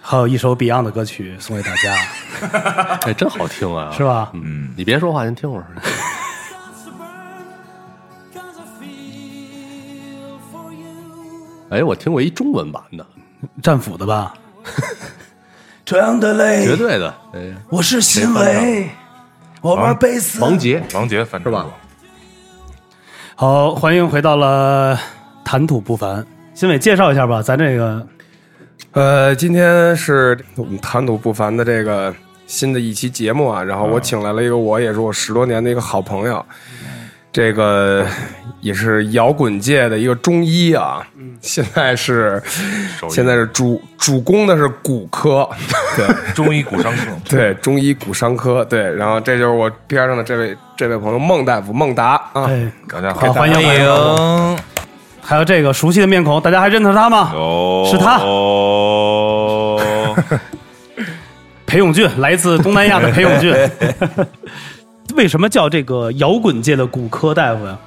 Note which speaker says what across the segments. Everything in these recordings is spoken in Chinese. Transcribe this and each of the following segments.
Speaker 1: 还有一首 Beyond 的歌曲送给大家，
Speaker 2: 哎，真好听啊，
Speaker 1: 是吧？
Speaker 2: 嗯，你别说话，先听会儿。哎，我听过一中文版的，
Speaker 1: 战斧的吧？ 这样的
Speaker 2: 绝
Speaker 1: 泪，
Speaker 2: 对的，哎，
Speaker 1: 我是新伟，我玩贝斯。
Speaker 2: 王杰
Speaker 3: 王杰翻唱
Speaker 2: 是吧
Speaker 3: 过？
Speaker 1: 好，欢迎回到了谈吐不凡。新伟，介绍一下吧，咱这个
Speaker 4: 呃，今天是我们谈吐不凡的这个新的一期节目啊，然后我请来了一个我也是我十多年的一个好朋友，这个也是摇滚界的一个中医啊，现在是
Speaker 3: 手艺
Speaker 4: 现在是主主攻的是骨科，对
Speaker 3: 中医骨伤科，
Speaker 4: 对，中医骨伤科，对，然后这就是我边上的这位这位朋友孟大夫孟达啊，
Speaker 1: 哎，
Speaker 3: 大 家
Speaker 1: 好欢迎欢迎
Speaker 3: 迎，
Speaker 1: 还有这个熟悉的面孔，大家还认得他吗？
Speaker 3: 有
Speaker 1: 是他
Speaker 3: 他，
Speaker 1: 裴勇俊，来自东南亚的裴勇俊。 为什么叫这个摇滚界的骨科大夫呀？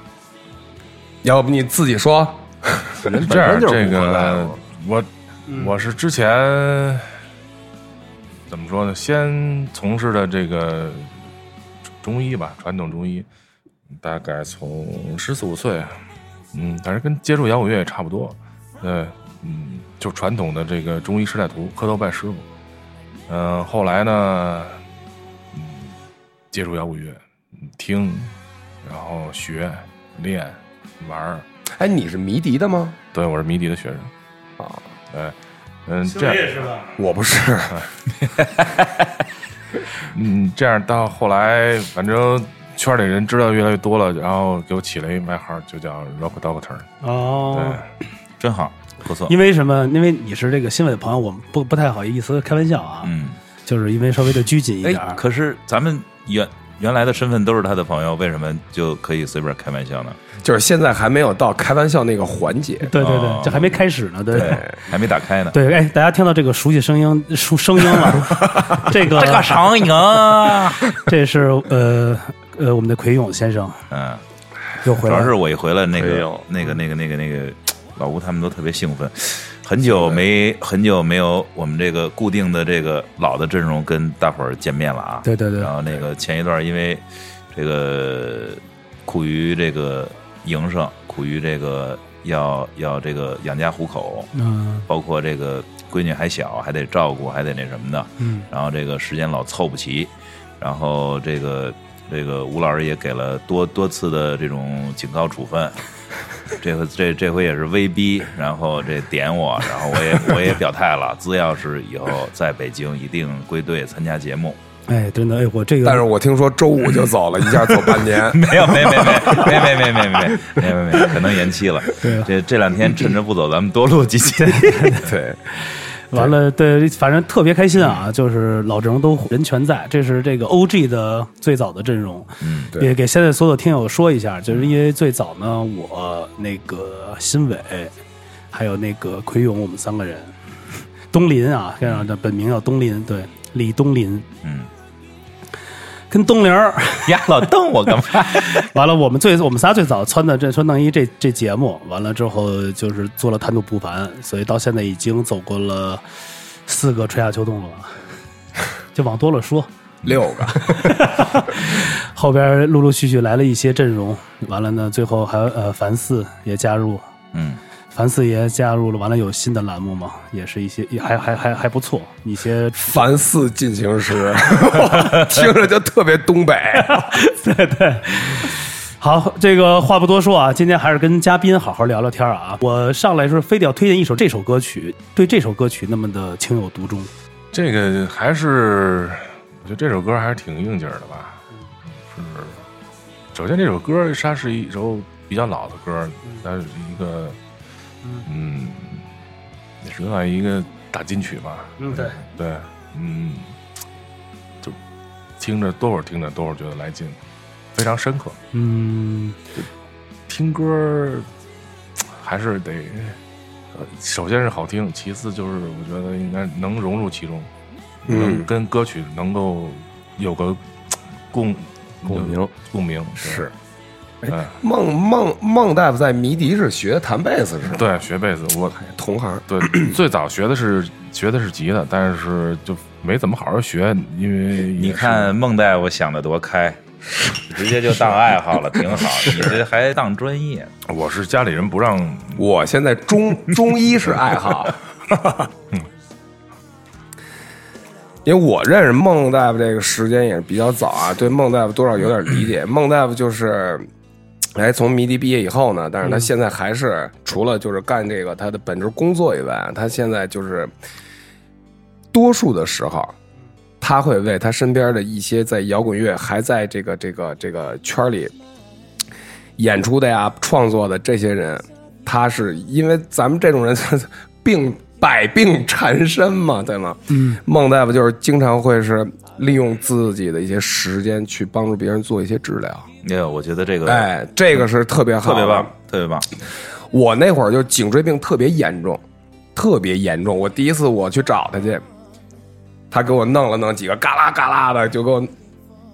Speaker 4: 要不你自己说，
Speaker 3: 这样
Speaker 2: 本身就是
Speaker 3: 这
Speaker 2: 骨科大
Speaker 3: 个
Speaker 2: 夫
Speaker 3: 我我是之前怎么说呢？先从事的这个中医吧，传统中医，大概从十四五岁，嗯，反正跟接触摇滚乐也差不多，对，嗯，就传统的这个中医师带徒，磕头拜师傅。嗯、后来呢，嗯，接触摇滚乐，嗯听，然后学、练、玩儿。
Speaker 4: 哎，你是迷笛的吗？
Speaker 3: 对，我是迷笛的学生。
Speaker 4: 啊，
Speaker 3: 对，嗯，这样，
Speaker 1: 是吧？
Speaker 4: 我不是，
Speaker 3: 嗯，这样到后来，反正圈里人知道越来越多了，然后给我起了一外号，就叫 Rock Doctor。对，
Speaker 1: 哦，
Speaker 5: 真好，不错。
Speaker 1: 因为什么？因为你是这个新伟朋友，我们不不太好意思开玩笑啊，
Speaker 5: 嗯，
Speaker 1: 就是因为稍微的拘谨一
Speaker 5: 哎
Speaker 1: 点儿。，
Speaker 5: 可是咱们原原来的身份都是他的朋友，为什么就可以随便开玩笑呢？
Speaker 4: 就是现在还没有到开玩笑那个环节，
Speaker 1: 对对对
Speaker 5: 哦，
Speaker 1: 这还没开始呢，对。
Speaker 5: 对，还没打开呢。
Speaker 1: 对，哎，大家听到这个熟悉声音，熟声音 了。这个，
Speaker 5: 这个长 影啊，
Speaker 1: 这是呃呃，我们的奎勇先生
Speaker 5: 嗯，
Speaker 1: 又回
Speaker 5: 主
Speaker 1: 来
Speaker 5: 要
Speaker 1: 了
Speaker 5: 是。我一回来，那
Speaker 2: 哎
Speaker 5: 个
Speaker 2: 呦
Speaker 5: 那个那个那个那个老吴他们都特别兴奋，很久没很久没有我们这个固定的这个老的阵容跟大伙儿见面了啊。
Speaker 1: 对对对
Speaker 5: 然，后那个前一段因为这个苦于这个营生，苦于这个要要这个养家糊口，
Speaker 1: 嗯
Speaker 5: 包括这个闺女还小，还得照顾，还得那什么的，
Speaker 1: 嗯，
Speaker 5: 然后这个时间老凑不齐，然后这个这个吴老师也给了多多次的这种警告处分。 这回这这回也是威逼，然后这点我，然后我也我也表态了， 自要是以后在北京一定归队参加节目。
Speaker 1: 哎，真的，哎，我这个，
Speaker 4: 但是我听说周五就走了，一下走半年。
Speaker 5: 没有没没没没没没没没没没没，可能延期了。这这两天趁着不走，咱们多录几期。
Speaker 4: 对，
Speaker 1: 完了，对，反正特别开心啊！就是老阵容都人全在，这是这个 OG 的最早的阵容。嗯，
Speaker 4: 对
Speaker 1: 也给现在所有的听友说一下，就是因为最早呢，我那个新伟，还有那个奎勇，我们三个人，东林啊，这样的本名叫东林，对，李东林，
Speaker 5: 嗯，
Speaker 1: 跟东林儿。
Speaker 5: 呀，老瞪我干嘛？
Speaker 1: 完了，我们最我们仨最早穿的这穿弄衣这这节目，完了之后就是做了谈吐不凡，所以到现在已经走过了四个春夏秋冬了吧，就往多了说。
Speaker 4: 六 个，
Speaker 1: 后边陆陆续续来了一些阵容，完了呢，最后还有呃樊四也加入，
Speaker 5: 嗯，
Speaker 1: 樊四爷加入了，完了有新的栏目嘛，也是一些也还还还还不错，一些
Speaker 4: 凡四进行时， 我听着就特别东 北。
Speaker 1: 好，这个话不多说啊，今天还是跟嘉宾好好聊聊天儿啊。我上来说非得要推荐一首这首歌曲，对这首歌曲那么的情有独钟。
Speaker 3: 这个还是我觉得这首歌还是挺应景儿的吧。是，首先这首歌它是一首比较老的歌，它是一个，嗯，也是算一个大金曲吧。
Speaker 1: 嗯，对，
Speaker 3: 对，嗯，就听着多会儿听着多会儿觉得来劲，非常深刻。
Speaker 1: 嗯，
Speaker 3: 听歌儿还是得，呃首先是好听，其次就是我觉得应该能融入其中，
Speaker 4: 嗯
Speaker 3: 跟歌曲能够有个共
Speaker 2: 共鸣，
Speaker 3: 共鸣对
Speaker 4: 是
Speaker 3: 嗯，
Speaker 4: 孟孟孟大夫在迷笛是学弹贝斯是吧？
Speaker 3: 对，学贝斯，我
Speaker 4: 同行，
Speaker 3: 对最早学的是学的是吉他，但是就没怎么好好学，因为
Speaker 5: 你
Speaker 3: 也是
Speaker 5: 看孟大夫想的多开，直接就当爱好了，挺好。你这还当专业，
Speaker 3: 我是家里人不让，
Speaker 4: 我现在中中医是爱好，嗯因为我认识孟大夫这个时间也是比较早啊，对孟大夫多少有点理解。孟大夫就是，哎，从迷笛毕业以后呢，但是他现在还是、除了就是干这个他的本职工作以外，他现在就是多数的时候。他会为他身边的一些在摇滚乐还在这个这个这个圈儿里演出的呀、创作的这些人，他是因为咱们这种人病百病缠身嘛，对吗？嗯，孟大夫就是经常会是利用自己的一些时间去帮助别人做一些治疗，
Speaker 5: 哎呦，我觉得这个
Speaker 4: 哎，这个是特别好，
Speaker 5: 特别棒。，特别棒。
Speaker 4: 我那会儿就颈椎病特别严重，特别严重。我第一次我去找他去，他给我弄了弄几个嘎啦嘎啦的，就给我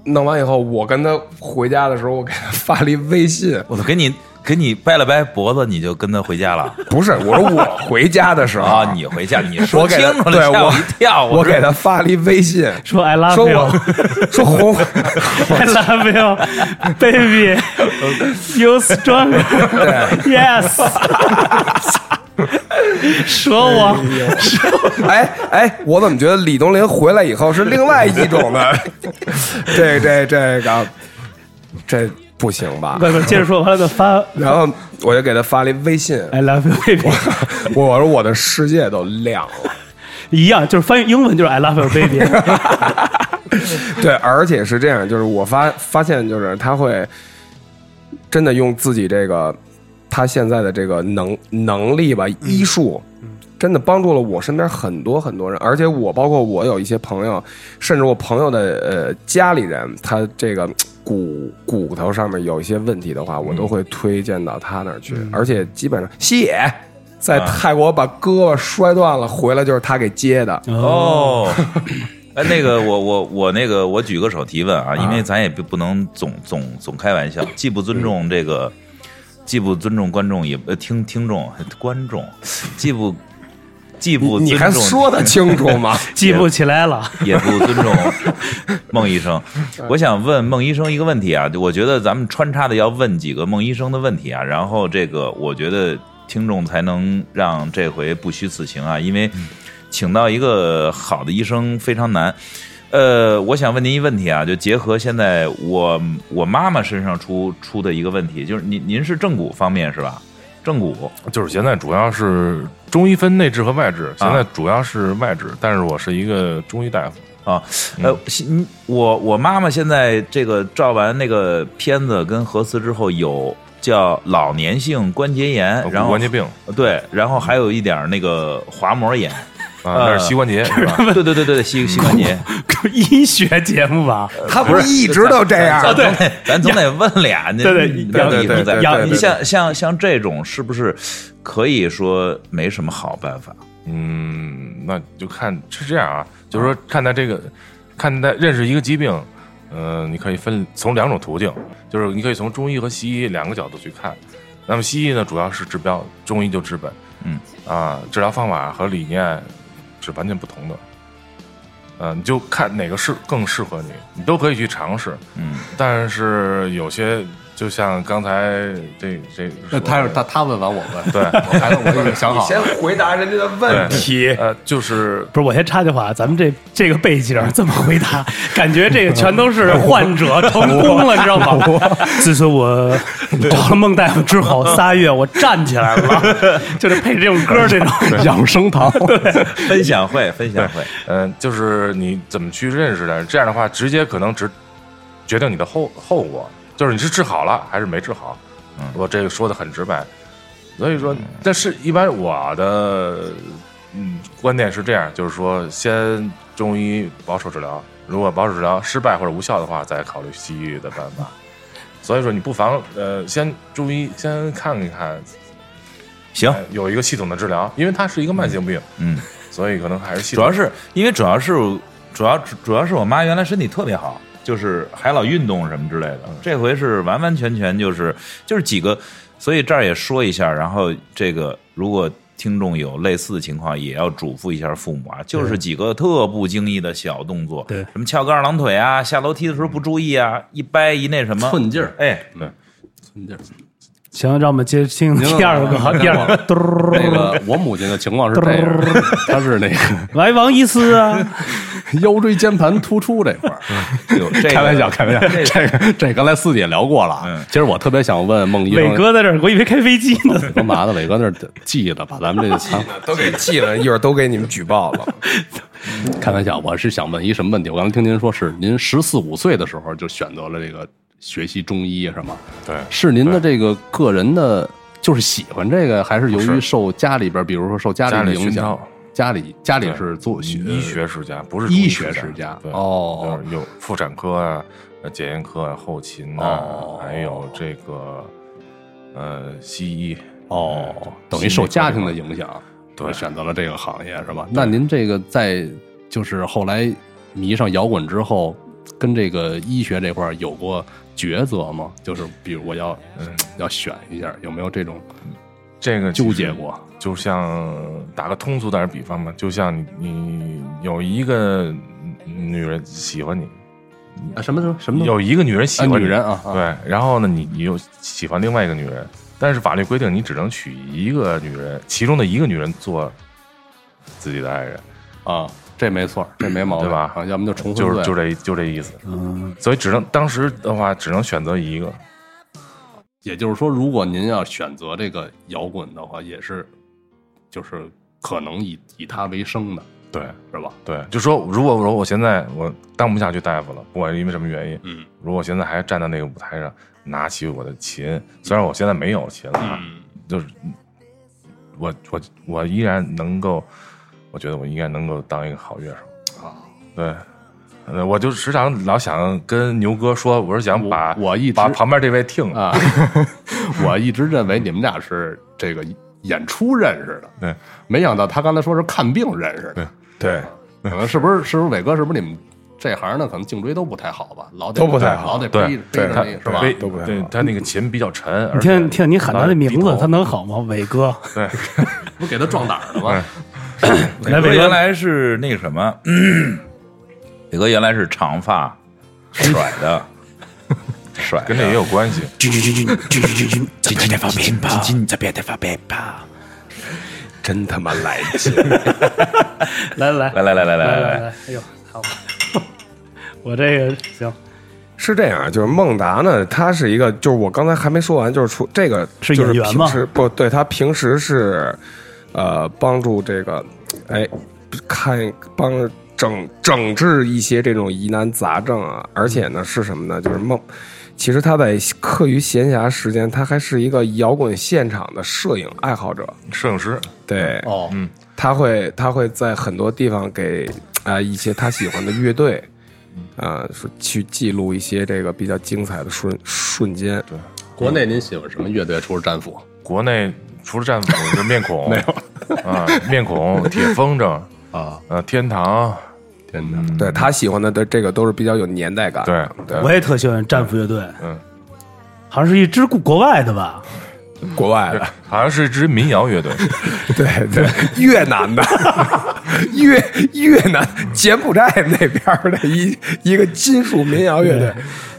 Speaker 4: 弄完以后，我跟他回家的时候，我给他发了一微信，
Speaker 5: 我给你给你掰了掰脖子，你就跟他回家了
Speaker 4: 不是，我说我回家的 时候
Speaker 5: 啊？你回家，你
Speaker 4: 我
Speaker 5: 说
Speaker 4: 给
Speaker 5: 清
Speaker 4: 他
Speaker 5: 楚
Speaker 4: 对
Speaker 5: 了，吓
Speaker 4: 我
Speaker 5: 一跳。
Speaker 4: 我
Speaker 5: 说
Speaker 4: 给他发了一微信，
Speaker 1: 说 I love
Speaker 4: 说我
Speaker 1: you，
Speaker 4: 说红
Speaker 1: I love you, baby, you strong, yes 。 说我
Speaker 4: 哎哎，我怎么觉得李东林回来以后是另外一种的？ 这这这个这不行吧
Speaker 1: 不？是不是，接着说完了就发
Speaker 4: 然后我就给他发了一微信，
Speaker 1: I love you, baby，
Speaker 4: 我说我的世界都亮了。
Speaker 1: 一样就是翻译英文就是 I love you, baby。
Speaker 4: 对，而且是这样，就是我发发现，就是他会真的用自己这个他现在的这个能能力吧，医术，
Speaker 5: 嗯
Speaker 4: 真的帮助了我身边很多很多人，而且我包括我有一些朋友，甚至我朋友的呃家里人，他这个骨骨头上面有一些问题的话，
Speaker 5: 嗯
Speaker 4: 我都会推荐到他那儿去，而且基本上西野。在泰国把胳膊摔断了，回来就是他给接的。
Speaker 5: 哦。哎，那个，我我我那个，我举个手提问啊，因为咱也不不能总总总开玩笑，
Speaker 4: 嗯
Speaker 5: 既不尊重这个，既不尊重观众，也呃听听众观众，既不既不
Speaker 4: 你还
Speaker 5: 尊重
Speaker 4: 说得清楚吗？
Speaker 1: 记不起来了，
Speaker 5: 也不尊重孟医生。我想问孟医生一个问题啊，我觉得咱们穿插的要问几个孟医生的问题啊，然后这个我觉得听众才能让这回不虚此行啊，因为请到一个好的医生非常难。呃，我想问您一问题啊，就结合现在我我妈妈身上出出的一个问题，就是您您是正骨方面是吧？正骨
Speaker 3: 就是现在主要是中医分内治和外治，
Speaker 5: 啊
Speaker 3: 现在主要是外治，但是我是一个中医大夫，
Speaker 5: 啊，呃，新我我妈妈现在这个照完那个片子跟核磁之后，有叫老年性关节炎，
Speaker 3: 骨
Speaker 5: 然
Speaker 3: 哦
Speaker 5: 后
Speaker 3: 关节病
Speaker 5: 对，然后还有一点儿那个滑膜炎，呃
Speaker 3: 啊，那是膝关 节是吧？
Speaker 5: 对对对对，膝膝关节。
Speaker 1: 医学节目吧？
Speaker 4: 他不是一直都这样吗？
Speaker 5: 咱咱总得咱总得问俩，那
Speaker 1: 对对
Speaker 5: 你
Speaker 1: 对
Speaker 5: 让
Speaker 4: 对
Speaker 5: 医生
Speaker 4: 对
Speaker 5: 在
Speaker 4: 对对对
Speaker 5: 你像像像这种是不是可以说没什么好办法？
Speaker 3: 嗯，那就看是这样啊，就是说看待这个，看待认识一个疾病，呃，你可以分从两种途径，就是你可以从中医和西医两个角度去看。那么西医呢，主要是治标，中医就治本。
Speaker 5: 嗯
Speaker 3: 啊，治疗方法和理念是完全不同的。呃，你就看哪个适更适合你，你都可以去尝试。
Speaker 5: 嗯，
Speaker 3: 但是有些就像刚才这这，
Speaker 6: 那他是他他问完我问，
Speaker 3: 对
Speaker 6: 我还我已经想
Speaker 4: 你
Speaker 6: 好
Speaker 4: 先
Speaker 6: 了。
Speaker 4: 回答人家的问题。
Speaker 3: 题呃，就是
Speaker 1: 不是，我先插句话，咱们这这个背景这么回答，感觉这个全都是患者成功了，你知道吗？自从我找了孟大夫之后，仨月我站起来了，就是配这种歌这种。
Speaker 6: 养生堂，
Speaker 5: 分享会分享会，
Speaker 3: 嗯，就是你怎么去认识的，这样的话，直接可能只决定你的后后果，就是你是治好了还是没治好。
Speaker 5: 嗯
Speaker 3: 我这个说的很直白，所以说，但是一般我的嗯观点是这样，就是说先中医保守治疗，如果保守治疗失败或者无效的话，再考虑西医的办 法。所以说，你不妨呃先中医先看一看，
Speaker 5: 行，
Speaker 3: 哎有一个系统的治疗，因为它是一个慢性病，
Speaker 5: 嗯。
Speaker 3: 所以可能还是系
Speaker 5: 主
Speaker 3: 统
Speaker 5: 要是因为主要是主要主主要是我妈原来身体特别好，就是还老运动什么之类的。
Speaker 6: 嗯
Speaker 5: 这回是完完全全就是就是几个，所以这儿也说一下。然后这个如果听众有类似的情况，也要嘱咐一下父母啊，就是几个特不经意的小动作，
Speaker 1: 对
Speaker 5: 什么翘个二郎腿啊，下楼梯的时候不注意啊，一掰一那什么，
Speaker 6: 寸劲儿，
Speaker 5: 哎，
Speaker 6: 寸劲儿。
Speaker 1: 行，让我们接听
Speaker 6: 您
Speaker 1: 第二个，第二个，嘟儿，
Speaker 6: 那个我母亲的情况是这样，她是那个
Speaker 1: 来王医师啊，
Speaker 6: 腰椎间盘突出这块儿。
Speaker 5: 哎呦这个
Speaker 6: 开玩笑，开玩笑，
Speaker 5: 这
Speaker 6: 这个这刚才四姐聊过了啊。
Speaker 5: 嗯
Speaker 6: 其实我特别想问孟医生，
Speaker 1: 伟哥在这儿，我以为开飞机呢，
Speaker 6: 干嘛的？伟哥那儿记的，把咱们这个参
Speaker 4: 都给 记了，一会儿都给你们举报了。
Speaker 6: 开玩笑，我是想问一什么问题？我刚才听您说是您十四五岁的时候就选择了这个学习中医是吗？
Speaker 3: 对
Speaker 6: 是您的这个个人的，就是喜欢这个，还是由于受家里边，比如说受家
Speaker 3: 家
Speaker 6: 里的
Speaker 3: 里
Speaker 6: 影
Speaker 3: 熏
Speaker 6: 响
Speaker 3: 陶？嗯
Speaker 6: 家里家里是做学
Speaker 3: 医学世家，不是
Speaker 6: 医
Speaker 3: 中
Speaker 6: 学世家
Speaker 3: 对
Speaker 6: 哦
Speaker 3: 就是有妇产科啊、呃检验科啊、后勤啊，
Speaker 6: 哦
Speaker 3: 还有这个呃西医
Speaker 6: 哦
Speaker 3: 呃，
Speaker 6: 等于受家庭的影响，
Speaker 3: 对
Speaker 6: 所以选择了这个行业是吧？那您这个在就是后来迷上摇滚之后，跟这个医学这块儿有过抉择吗？就是比如我要、
Speaker 3: 嗯
Speaker 6: 要选一下，有没有这种
Speaker 3: 这个
Speaker 6: 纠结过？
Speaker 3: 就像打个通俗点儿比方吧，就像你你有一个女人喜欢你，
Speaker 6: 啊？什么什么什么？
Speaker 3: 有一个女人喜
Speaker 6: 啊，
Speaker 3: 欢你
Speaker 6: 女人啊，啊
Speaker 3: 对，然后呢，你你又喜欢另外一个女人，但是法律规定你只能娶一个女人，其中的一个女人做自己的爱人，
Speaker 6: 啊，这没错，这没毛病
Speaker 3: 对吧
Speaker 6: 啊，要么就重婚
Speaker 3: 就是
Speaker 6: 罪
Speaker 3: 就这就这意思。
Speaker 1: 嗯，
Speaker 3: 所以只能当时的话只能选择一个，
Speaker 6: 也就是说，如果您要选择这个摇滚的话，也是就是可能以以它为生的，
Speaker 3: 对
Speaker 6: 是吧？
Speaker 3: 对，就说如果说我现在我当不下去大夫了，不管是因为什么原因，
Speaker 6: 嗯
Speaker 3: 如果我现在还站在那个舞台上，拿起我的琴，虽然我现在没有琴了啊，
Speaker 6: 嗯。
Speaker 3: 就是我我我依然能够，我觉得我应该能够当一个好乐手
Speaker 6: 啊。
Speaker 3: 对，呃，我就时常老想跟牛哥说，我是想把
Speaker 6: 我我一直
Speaker 3: 把旁边这位听了，
Speaker 6: 啊，我一直认为你们俩是这个演出认识的，
Speaker 3: 对，
Speaker 6: 没想到他刚才说是看病认识的，
Speaker 3: 对，
Speaker 6: 可能是不是是不是伟哥是不是你们这行的可能颈椎都不太好吧，老得
Speaker 4: 都不太好
Speaker 6: 老得
Speaker 3: 对
Speaker 6: 背着背着
Speaker 3: 他
Speaker 6: 那个是吧？
Speaker 3: 对
Speaker 4: 都不太好
Speaker 3: 对他那个琴比较沉，
Speaker 1: 你
Speaker 3: 而且
Speaker 1: 听听你喊他的名
Speaker 3: 老
Speaker 1: 字
Speaker 3: 得低，头
Speaker 1: 他能好吗？伟哥，
Speaker 3: 对，
Speaker 6: 不给他壮胆儿了吗？
Speaker 1: 来伟
Speaker 5: 伟哥
Speaker 1: 哥，
Speaker 5: 原来是那个什么，伟哥原来是长发甩的，甩 的
Speaker 3: 跟这也有关 系。
Speaker 1: 军军军军军军军，在别地方拼吧，在别地方拼吧，
Speaker 4: 真他妈来劲！
Speaker 1: 来来
Speaker 5: 来来来来
Speaker 1: 来
Speaker 5: 来来
Speaker 1: 来，哎呦，好吧，我这个行
Speaker 4: 是这样，啊就是孟达呢，他是一个，就是我刚才还没说完，就是出这个
Speaker 1: 是
Speaker 4: 就是
Speaker 1: 演员吗
Speaker 4: 平时不对，他平时是呃帮助这个，哎，看帮整整治一些这种疑难杂症啊，而且呢是什么呢？就是孟，其实他在课余闲暇时间，他还是一个摇滚现场的摄影爱好者，
Speaker 3: 摄影师，
Speaker 4: 对，
Speaker 6: 哦，
Speaker 4: 他会他会在很多地方给啊、呃一些他喜欢的乐队，啊、说去记录一些这个比较精彩的瞬瞬间。对，
Speaker 6: 国内您喜欢什么乐队？除了战斧
Speaker 3: 国内除了战斧就是面孔， 没有啊，面孔、铁风筝，
Speaker 6: 啊，
Speaker 3: 呃，天堂，
Speaker 6: 天哪！
Speaker 3: 嗯
Speaker 4: 对他喜欢的的这个都是比较有年代感。
Speaker 3: 对
Speaker 4: 对，
Speaker 1: 我也特喜欢战斧乐队，
Speaker 3: 嗯，
Speaker 1: 好像是一支国国外的吧？
Speaker 4: 国外的，
Speaker 3: 好像是一支民谣乐队，
Speaker 4: 对 对，越南的，越越南柬埔寨那边儿的一一个金属民谣乐队。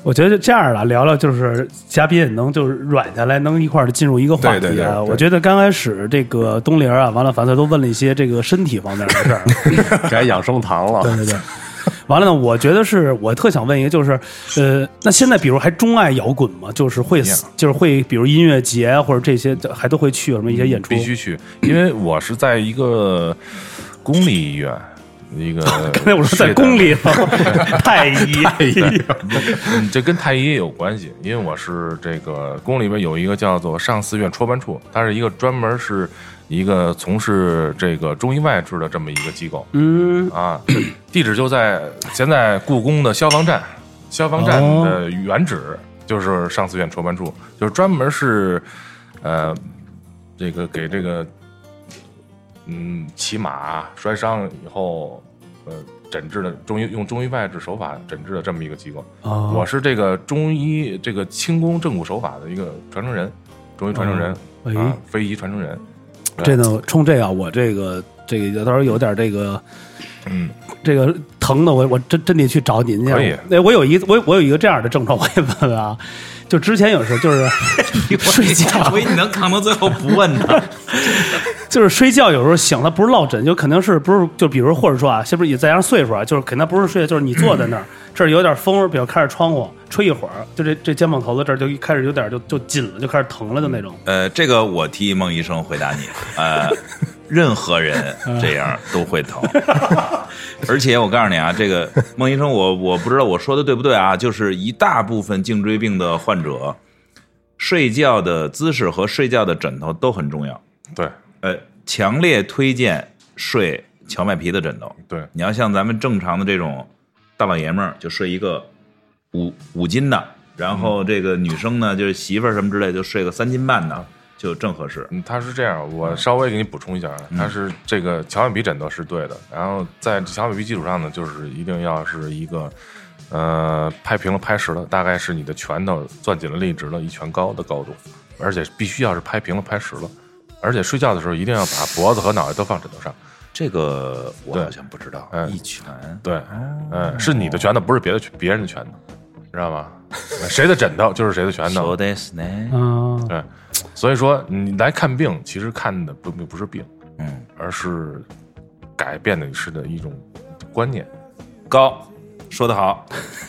Speaker 1: 我觉得这样了，聊聊就是嘉宾也能就是软下来，能一块儿进入一个话题啊。
Speaker 4: 对对对对
Speaker 1: 我觉得刚开始这个东林儿啊，完了樊赛都问了一些这个身体方面的事儿，
Speaker 6: 改养生堂了，
Speaker 1: 对对对。完了呢，我觉得是我特想问一个，就是，呃，那现在比如还钟爱摇滚吗？就是会就是会，比如音乐节或者这些还都会去有什么一些演出？
Speaker 3: 必须去，因为我是在一个公立医院，一个
Speaker 1: 刚 才我说在宫里头，太医，
Speaker 3: 嗯，这跟太医也有关系，因为我是这个宫里边有一个叫做上寺院戳班处，它是一个专门是一个从事这个中医外治的这么一个机构
Speaker 1: 嗯，
Speaker 3: 啊，地址就在现在故宫的消防站，消防站的原址就是上寺院戳班处，就是专门是呃这个给这个嗯骑马摔伤以后呃诊治的中医用中医外治手法诊治的这么一个机构。
Speaker 1: 哦
Speaker 3: 我是这个中医这个清宫正骨手法的一个传承人，中医传承人、
Speaker 1: 哎
Speaker 3: 啊，非遗传承人。
Speaker 1: 这呢，冲这啊，我这个这个到时候有点这个
Speaker 3: 嗯，
Speaker 1: 这个疼的，我我真真得去找您去。
Speaker 3: 可以
Speaker 1: 哎，我有一我我有一个这样的症状，我也问问啊。就之前有时候 就是睡觉，
Speaker 5: 我以为你能扛到最后不问他，
Speaker 1: 就是睡觉有时候醒了不是落枕，就肯定是不是就比如或者说啊，是不是也再加上岁数啊，就是肯定不是睡，就是你坐在那儿，这儿有点风，比如开着窗户吹一会儿，就这这肩膀头子这儿就一开始有点就就紧了，就开始疼了，就那种。
Speaker 5: 呃，这个我替孟医生回答你，呃，任何人这样都会疼，而且我告诉你啊，这个孟医生我，我不知道我说的对不对啊，就是一大部分颈椎病的患者，睡觉的姿势和睡觉的枕头都很重要，
Speaker 3: 对
Speaker 5: 呃，强烈推荐睡荞麦皮的枕头，
Speaker 3: 对，
Speaker 5: 你要像咱们正常的这种大老爷们儿，就睡一个五五斤的，然后这个女生呢，就是媳妇儿什么之类，就睡个三斤半的，就正合适。
Speaker 3: 嗯，他是这样，我稍微给你补充一下，啊
Speaker 1: 嗯
Speaker 3: 他是这个荞麦皮枕头是对的，然后在荞麦皮基础上呢，就是一定要是一个。呃，拍平了，拍实了，大概是你的拳头攥紧了，立直了，一拳高的高度，而且必须要是拍平了，拍实了，而且睡觉的时候一定要把脖子和脑袋都放枕头上。
Speaker 5: 这个我
Speaker 3: 对
Speaker 5: 好像不知道，
Speaker 3: 嗯
Speaker 5: 一拳
Speaker 3: 对，嗯，是你的拳头，不是别的别人的拳头，知道吗？谁的枕头就是谁的拳
Speaker 5: ，so
Speaker 3: 头。
Speaker 5: this 呢？
Speaker 1: 嗯，
Speaker 3: 对，所以说你来看病，其实看的不不是病，
Speaker 5: 嗯，
Speaker 3: 而是改变的是的一种观念。
Speaker 5: 高，说得好，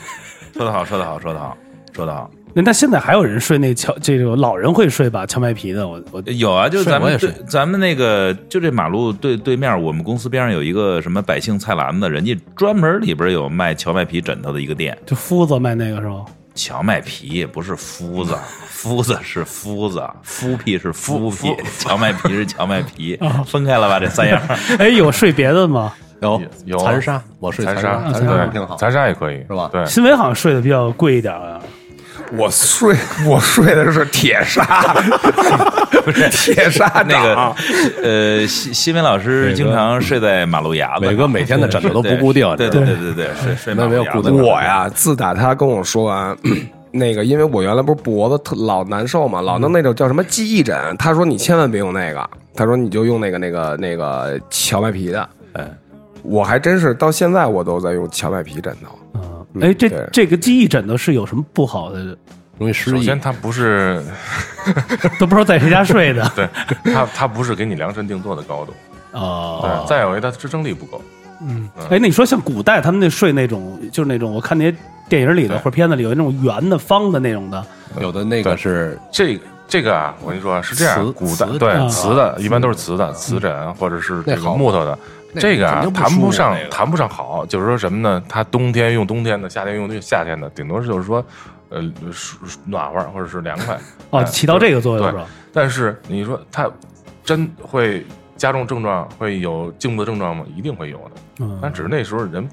Speaker 5: 说得好，说得好，说得好，说得好。
Speaker 1: 那那现在还有人睡那荞这种老人会睡吧荞麦皮的，我我
Speaker 3: 哎
Speaker 5: 有啊，就是
Speaker 6: 是
Speaker 5: 咱
Speaker 6: 我
Speaker 5: 们
Speaker 6: 也
Speaker 5: 对
Speaker 6: 是
Speaker 5: 咱们那个就这马路对对面，我们公司边上有一个什么百姓菜篮子，人家专门里边有卖荞麦皮枕头的一个店。
Speaker 1: 就夫子卖那个是吧？
Speaker 5: 荞麦皮不是 麸子，麸子是麸子，麸皮是麸皮，荞麦皮是荞麦皮，
Speaker 6: 啊
Speaker 5: 分开了吧？这三样，
Speaker 1: 哎，有睡别的吗？
Speaker 6: 有啊
Speaker 3: 有
Speaker 6: 残杀，我睡
Speaker 3: 残
Speaker 6: 杀，
Speaker 3: 杀，
Speaker 6: 残杀
Speaker 3: 对，
Speaker 6: 挺好。
Speaker 3: 残杀也可以，是
Speaker 6: 吧
Speaker 3: 对，
Speaker 1: 新伟好像睡得比较贵一点啊。
Speaker 4: 我睡我睡的是铁砂， 不是铁砂
Speaker 5: 那
Speaker 4: 掌
Speaker 5: 个呃，新新闻老师经常睡在马路牙子上，
Speaker 6: 伟哥每天的枕头都不固定，
Speaker 5: 对对对对对，睡睡马
Speaker 6: 没
Speaker 5: 路
Speaker 6: 有
Speaker 5: 牙
Speaker 6: 固
Speaker 5: 子
Speaker 6: 定
Speaker 5: 上。
Speaker 4: 我呀，自打他跟我说完。 那个，因为我原来不是脖子特老难受嘛，老弄那种叫什么记忆枕。他说你千万别用那个，他说你就用那个那个那个荞麦皮的。哎，我还真是到现在我都在用荞麦皮枕头。
Speaker 1: 嗯，哎，这
Speaker 4: 对
Speaker 1: 这个记忆枕头是有什么不好的？
Speaker 6: 容易失
Speaker 3: 首
Speaker 6: 忆
Speaker 3: 先，。它不是
Speaker 1: 都不知道在谁家睡 的
Speaker 3: 对，它它不是给你量身定做的高度，
Speaker 1: 哦。
Speaker 3: 对，再有一个它支撑力不够，
Speaker 1: 嗯，哎，那你说像古代他们那睡那种，就是那种我看那些电影里的
Speaker 3: 对
Speaker 1: 或者片子里有那种圆的、方的那种的，
Speaker 6: 有的那个是
Speaker 3: 这个这个啊，我跟你说啊是这
Speaker 6: 瓷
Speaker 3: 样，古代
Speaker 6: 瓷
Speaker 1: 啊
Speaker 3: 对瓷的，一般都是瓷的瓷枕或者是这
Speaker 6: 那
Speaker 3: 个
Speaker 6: 好
Speaker 3: 木头的。
Speaker 6: 那
Speaker 3: 这个啊
Speaker 6: 肯定不
Speaker 3: 谈
Speaker 6: 舒
Speaker 3: 不
Speaker 6: 服
Speaker 3: 上
Speaker 6: 那个
Speaker 3: 谈不上好，就是说什么呢？它冬天用冬天的，夏天用夏天的，顶多是就是说，呃，舒舒暖和或者是凉快。
Speaker 1: 哦，
Speaker 3: 哎
Speaker 1: 起到这个作用
Speaker 3: 对
Speaker 1: 是吧？
Speaker 3: 但是你说它真会加重症状，会有颈子症状吗？一定会有的。但
Speaker 1: 嗯，
Speaker 3: 只是那时候人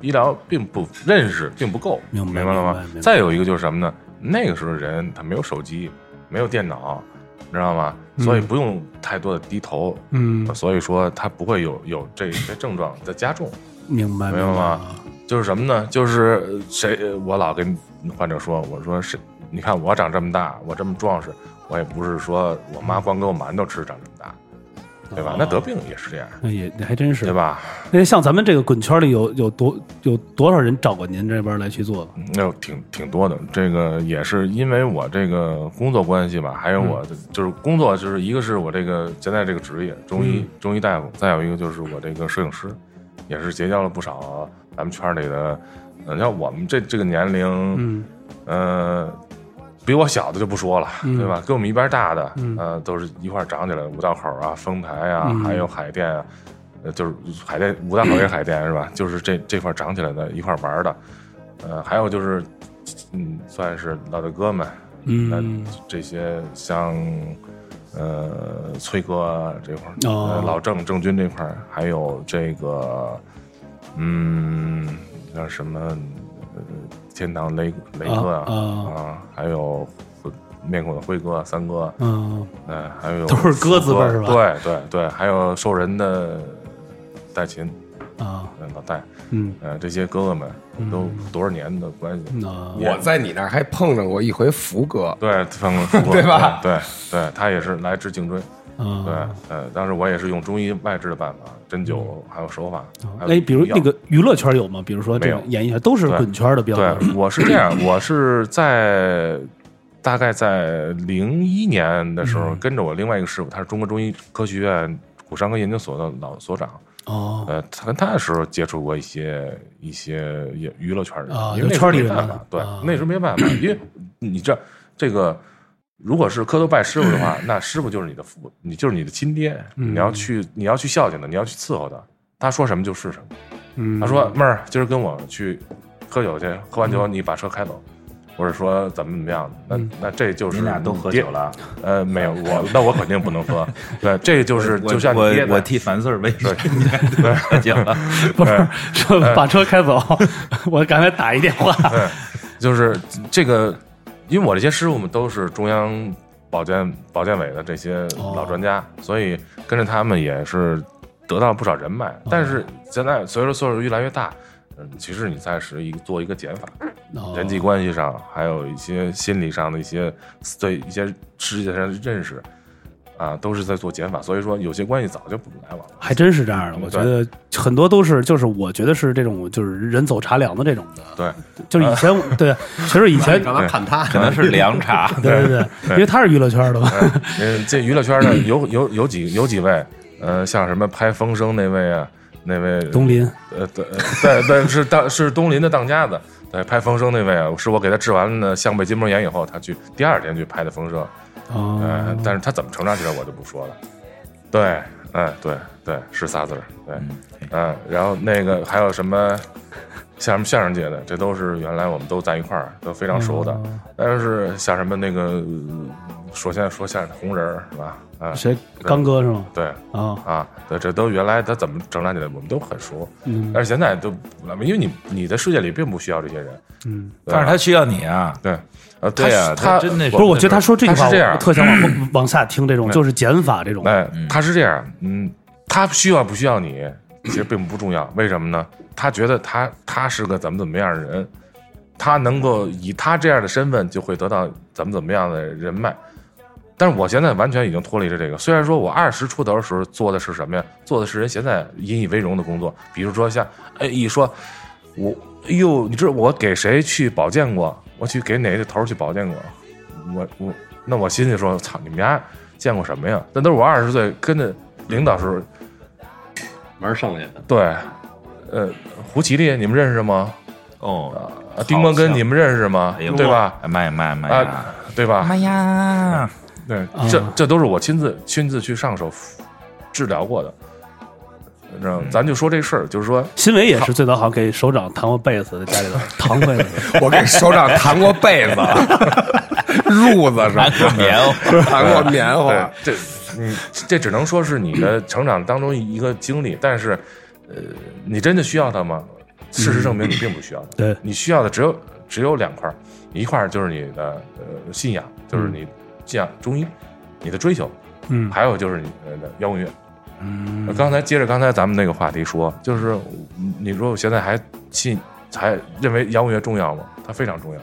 Speaker 3: 医疗并不认识，并不够，
Speaker 1: 明白
Speaker 3: 白
Speaker 1: 明
Speaker 3: 了
Speaker 1: 白
Speaker 3: 吗
Speaker 1: 明白？
Speaker 3: 再有一个就是什么呢？那个时候人他没有手机，没有电脑，你知道吗？所以不用太多的低头，呃
Speaker 1: 嗯
Speaker 3: 所以说他不会有有这些症状的加重。
Speaker 1: 明白
Speaker 3: 明白
Speaker 1: 白
Speaker 3: 吗就是什么呢？就是呃谁，呃我老跟患者说，我说谁，你看我长这么大，我这么壮实，我也不是说我妈光给我馒头吃长这么大，对吧？那得病也是这样，
Speaker 1: 那哎也那还真哦是
Speaker 3: 对？吧？
Speaker 1: 那像咱们这个滚圈里有有多有多少人找过您这边来去做吧？
Speaker 3: 那有挺挺多的，这个也是因为我这个工作关系吧，还有
Speaker 1: 嗯
Speaker 3: 我的、就是工作，就是一个是我这个现在这个职业，中
Speaker 1: 嗯
Speaker 3: 医、中医大夫，再有一个就是我这个摄影师，也是结交了不少咱们圈里的，呃，像我们这这个年龄，
Speaker 1: 嗯
Speaker 3: 呃，比我小的就不说了，
Speaker 1: 嗯
Speaker 3: 对吧？跟我们一边大的，
Speaker 1: 嗯
Speaker 3: 呃，都是一块儿长起来的，五道口啊、丰台啊，
Speaker 1: 嗯
Speaker 3: 还有海淀啊，呃，就是海淀五道口也是海淀、是吧？就是这这块儿长起来的，一块儿玩儿的，呃，还有就是，嗯，算是老大哥们，那
Speaker 1: 嗯，
Speaker 3: 这些像。呃，崔哥啊这块儿、
Speaker 1: 哦
Speaker 3: 呃老郑郑钧这块儿，还有这个，嗯，叫什么？呃，天堂雷雷哥啊
Speaker 1: 啊
Speaker 3: 啊，还有呃面孔的辉哥、三哥，
Speaker 1: 嗯，
Speaker 3: 嗯，还有
Speaker 1: 都是鸽子味儿是吧
Speaker 3: 对对对，还有兽人的戴琴，
Speaker 1: 啊，
Speaker 3: 嗯，老戴，
Speaker 1: 嗯
Speaker 3: 呃，这些哥哥们都多少年的关系，
Speaker 1: 那
Speaker 4: 我在你那儿还碰上过一回福哥，
Speaker 3: 对，翻过覆过，
Speaker 4: 对吧
Speaker 3: 对对，他也是来治颈椎，
Speaker 1: 啊
Speaker 3: 对，呃，当时我也是用中医外治的办法，针灸还有手法，还
Speaker 1: 嗯
Speaker 3: 有
Speaker 1: 哎，比如
Speaker 3: 药
Speaker 1: 那个娱乐圈有吗？比如说这种
Speaker 3: 没有
Speaker 1: 演艺圈都是
Speaker 3: 对
Speaker 1: 滚圈的比较多，
Speaker 3: 对，我是这样，我是在大概在零一年的时
Speaker 1: 嗯
Speaker 3: 候，跟着我另外一个师傅，他是中国中医科学院骨伤科研究所的老所长，
Speaker 1: 哦，
Speaker 3: 呃，他跟他的时候接触过一些一些也娱乐圈的人，
Speaker 1: 啊
Speaker 3: 因为
Speaker 1: 有
Speaker 3: 那时候
Speaker 1: 圈里
Speaker 3: 没
Speaker 1: 人
Speaker 3: 办
Speaker 1: 的
Speaker 3: 法，对，
Speaker 1: 啊
Speaker 3: 那时候没办法，因为你这这个。如果是磕头拜师傅的 话，那师傅就是你的父，你就是你的亲爹，
Speaker 1: 嗯
Speaker 3: 你要去你要去孝敬的，你要去伺候的，他说什么就是什么。
Speaker 1: 嗯嗯
Speaker 3: 他说：“妹儿，今儿跟我去喝酒去，喝完酒你把车开走。或者说怎么怎么样的，那那这就是
Speaker 5: 你俩都喝
Speaker 3: 爹
Speaker 5: 酒？了，
Speaker 3: 呃，没有我，那我肯定不能 喝。对，这就是
Speaker 5: 我
Speaker 3: 就像
Speaker 5: 我
Speaker 3: 你爹的
Speaker 5: 我替樊四儿 为说，你俩都喝酒了，
Speaker 1: 不是，说
Speaker 3: 哎
Speaker 1: 把车开走， 我刚才打一电 话，
Speaker 3: 就是这个，因为我这些师傅们都是中央保健保健委的这些老专家，所以跟着他们也是得到了不少人脉。但是现在随着岁数越来越大，嗯，其实你在是一个做一个减法，
Speaker 1: 哦
Speaker 3: 人际关系上，还有一些心理上的一些对一些世界上的认识啊，都是在做减法。所以说，有些关系早就不来往了。
Speaker 1: 还真是这样的，我觉得很多都是，就是我觉得是这种，就是人走茶凉的这种的，
Speaker 3: 对，
Speaker 1: 就是以前我 对，其实以前
Speaker 6: 刚才看他，
Speaker 5: 可能是凉茶。
Speaker 1: 对对对，因为他是娱乐圈的嘛，
Speaker 3: 嗯，这娱乐圈呢，有有有几有几位，呃，像什么拍《风声》那位啊，那位
Speaker 1: 东林
Speaker 3: 呃，对呃对对，是当是东林的当家的，对，拍《风声》那位啊，是我给他治完了项背筋膜炎以后，他去第二天去拍的《风声》，呃
Speaker 1: 哦，，
Speaker 3: 但是他怎么成长起来我就不说了。对，哎、对对，是仨字儿，对，嗯、然后那个还有什么，像什么相声界的，这都是原来我们都在一块儿，都非常熟的。但是像什么那个，呃说现在说相声的红人儿是吧？啊、
Speaker 1: 谁刚哥是吗？
Speaker 3: 对
Speaker 1: 啊，
Speaker 3: 啊，对，这都原来他怎么成长起来，我们都很熟。
Speaker 1: 嗯
Speaker 3: 但是现在都不那么，因为你你的世界里并不需要这些人，
Speaker 1: 嗯，
Speaker 3: 对吧
Speaker 5: 但是他需要你啊，
Speaker 3: 对，呃，
Speaker 5: 对呀，
Speaker 3: 他
Speaker 5: 真的
Speaker 1: 不是，我觉得他说这句
Speaker 3: 他
Speaker 1: 话，
Speaker 3: 是这样
Speaker 1: 我特想往往下听这种，就是减法这种，
Speaker 3: 哎，他是这样，嗯，他需要不需要你，其实并不重要。为什么呢？他觉得他他是个怎么怎么样的人，他能够以他这样的身份就会得到怎么怎么样的人脉。但是我现在完全已经脱离了这个。虽然说我二十出头的时候做的是什么呀？做的是人现在引以为荣的工作，比如说像，哎，一说我，哎呦，你知道我给谁去保健过？我去给哪个头儿去保健过？我我那我心里说，操，你们家见过什么呀？那都是我二十岁跟着领导时候，
Speaker 6: 玩剩下的，
Speaker 3: 对，呃，胡绮丽你们认识吗？
Speaker 5: 哦，
Speaker 3: 啊，丁光根
Speaker 5: 好像
Speaker 3: 你们认识吗
Speaker 5: 哎？呦
Speaker 3: 对吧？？
Speaker 5: 妈呀妈呀妈
Speaker 3: 啊
Speaker 5: 哎呀！，
Speaker 3: 对吧？
Speaker 5: 呀！
Speaker 3: 对
Speaker 1: 啊，
Speaker 3: 这这都是我亲自亲自去上手治疗过的。你知道吗
Speaker 5: 嗯
Speaker 3: 咱就说这事儿，就是说，
Speaker 1: 新伟也是最早好像给首长弹过贝斯，在家里头弹贝斯，
Speaker 4: 我给首长弹过被 子、褥子
Speaker 5: 难
Speaker 4: 什
Speaker 5: 过棉花，
Speaker 4: 么，弹过棉
Speaker 3: 对
Speaker 4: 花。，
Speaker 3: 这嗯，这只能说是你的成长当中一个经历，但是，呃，你真的需要它吗？事实证明你并不需要它。
Speaker 1: 对，
Speaker 3: 你需要的只有只有两块儿，一块儿就是你的呃信仰，就是你信仰中医，你的追求，
Speaker 1: 嗯
Speaker 3: 还有就是你呃摇滚乐。
Speaker 1: 嗯
Speaker 3: 呃刚才接着刚才咱们那个话题说，就是嗯你说我现在还信还认为摇滚乐重要吗？它非常重要。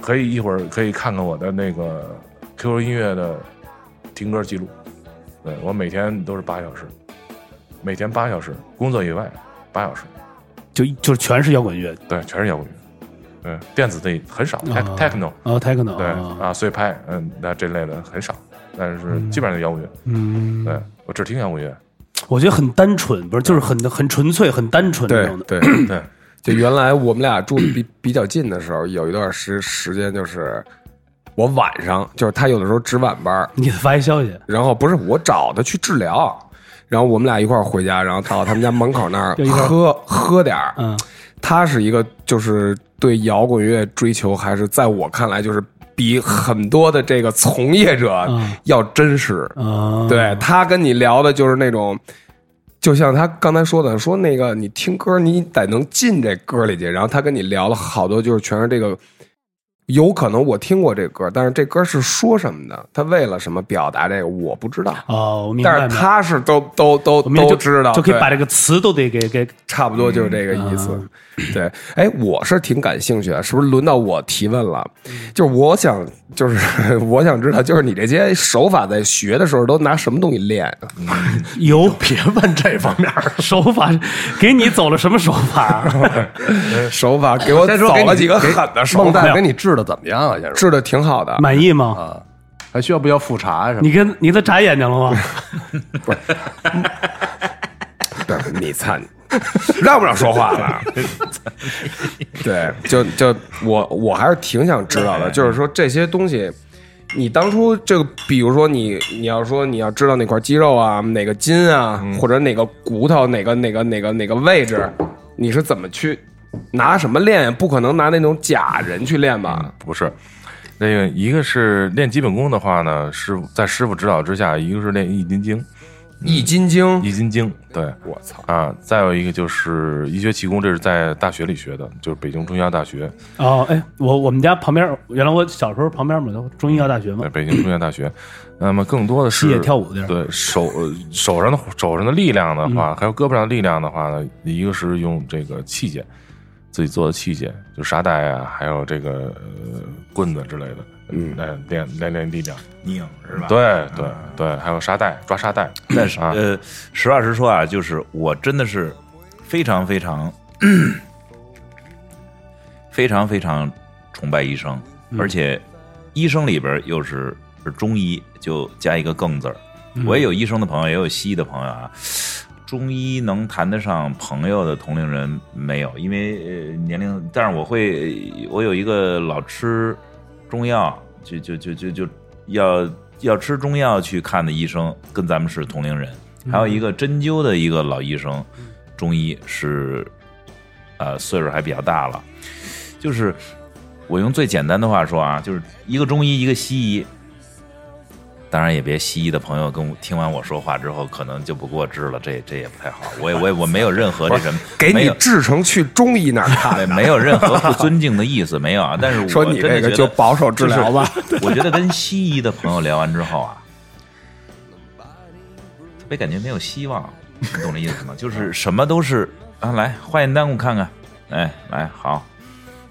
Speaker 3: 可以一会儿可以看看我的那个 QQ 音乐的听歌记录，对我每天都是八小时，每天八小时，工作以外八小时，
Speaker 1: 就就是全是摇滚乐，
Speaker 3: 对，全是摇滚乐，嗯，电子的很少、
Speaker 1: 啊
Speaker 3: t e c h n o
Speaker 1: 啊，techno，
Speaker 3: 对
Speaker 1: 啊
Speaker 3: 啊，碎拍，嗯，那这类的很少，但是
Speaker 1: 嗯
Speaker 3: 基本上是摇滚乐，
Speaker 1: 嗯，
Speaker 3: 对我只听摇滚乐，
Speaker 1: 我觉得很单纯，不是，就是很很纯粹、很单纯那
Speaker 4: 对
Speaker 1: 种的。
Speaker 4: 对，
Speaker 3: 对，
Speaker 4: 就原来我们俩住的比比较近的时候，有一段时时间就是我晚上，就是他有的时候值晚班儿，
Speaker 1: 你发一消息，
Speaker 4: 然后不是我找他去治疗，然后我们俩一块儿回家，然后到他们家门口那 儿
Speaker 1: 就一块儿
Speaker 4: 喝喝点儿。
Speaker 1: 嗯，
Speaker 4: 他是一个就是对摇滚乐追求，还是在我看来就是比很多的这个从业者
Speaker 1: 嗯
Speaker 4: 要真实。
Speaker 1: 啊，
Speaker 4: 对他跟你聊的就是那种。就像他刚才说的，说那个你听歌，你得能进这歌里去。然后他跟你聊了好多，就是全是这个有可能我听过这歌，但是这歌是说什么的，他为了什么表达这个，我不知道。
Speaker 1: 哦，我明白
Speaker 4: 但
Speaker 1: 了。
Speaker 4: 是他是都都都
Speaker 1: 我明白
Speaker 4: 都知道，
Speaker 1: 就可以
Speaker 4: 对
Speaker 1: 把这个嗯词都得给给
Speaker 4: 差不多就是这个意思。对，哎，我是挺感兴趣的，是不是轮到我提问了？
Speaker 1: 嗯
Speaker 4: 就是我想，就是 我想知道，就是你这些手法在学的时候都拿什么东西练啊？
Speaker 1: 有。别问这方面手法，给你走了什么手法？
Speaker 4: 手法给我
Speaker 6: 先说
Speaker 4: 走
Speaker 6: 给
Speaker 4: 了
Speaker 6: 你
Speaker 4: 几个
Speaker 6: 给
Speaker 4: 狠的手
Speaker 6: 孟
Speaker 4: 法，
Speaker 6: 蛋给你治的怎么样啊？先说
Speaker 4: 治的挺好的。
Speaker 1: 满意吗？
Speaker 6: 啊，还需要不要复查啊什么？
Speaker 1: 你跟你都眨眼睛了吗？
Speaker 4: 对，你参，让不让说话了？对，就就我我还是挺想知道的，就是说这些东西，你当初这个，比如说你你要说你要知道哪块肌肉啊，哪个筋啊，或者哪个骨头哪个哪个哪个哪个位置，你是怎么去拿什么练？不可能拿那种假人去练吧？
Speaker 3: 嗯不是，那个一个是练基本功的话呢，师傅在师傅指导之下，一个是练易筋经，
Speaker 4: 易筋经，
Speaker 3: 易筋经，对
Speaker 4: 我操，
Speaker 3: 啊，再有一个就是医学气功，这是在大学里学的，就是北京中医药大学，
Speaker 1: 哦，哎，我我们家旁边，原来我小时候旁边嘛，有中医药大学嘛
Speaker 3: 对，北京中医药大学。那么更多的
Speaker 1: 西野
Speaker 3: 是
Speaker 1: 跳舞的地儿。嗯
Speaker 3: 对手呃手上的手上的力量的话，还有胳膊上的力量的话呢，一个是用这个器械，自己做的器械，就沙袋啊，还有这个呃棍子之类的，嗯，来练练练力量。
Speaker 5: 拧是吧？
Speaker 3: 对对对，还有沙袋，抓沙袋。
Speaker 5: 但是
Speaker 3: 啊
Speaker 5: 呃，实话实说啊，就是我真的是非常非常非常非常崇拜医生，而且医生里边又是是中医，就加一个“更”字儿。我也有医生的朋友，也有西医的朋友啊。中医能谈得上朋友的同龄人没有，因为呃年龄。但是我会，我有一个老吃中药，就就就就就要要吃中药去看的医生，跟咱们是同龄人。还有一个针灸的一个老医生，中医是，呃，岁数还比较大了。就是我用最简单的话说啊，就是一个中医，一个西医。当然也别西医的朋友跟我听完我说话之后，可能就不给我治了，这这也不太好。我也我也我没有任何 这什么，
Speaker 4: 给
Speaker 5: 没
Speaker 4: 你
Speaker 5: 有
Speaker 4: 制成去中医那儿看，
Speaker 5: 对，没有任何不尊敬的意思，没有啊。但是我
Speaker 4: 说你
Speaker 5: 真的
Speaker 4: 这个
Speaker 5: 觉
Speaker 4: 就
Speaker 5: 得
Speaker 4: 保守治疗吧。
Speaker 5: 我觉得跟西医的朋友聊完之后啊，特别感觉没有希望，你懂这意思吗？就是什么都是啊，来化验单我看看，哎，来好，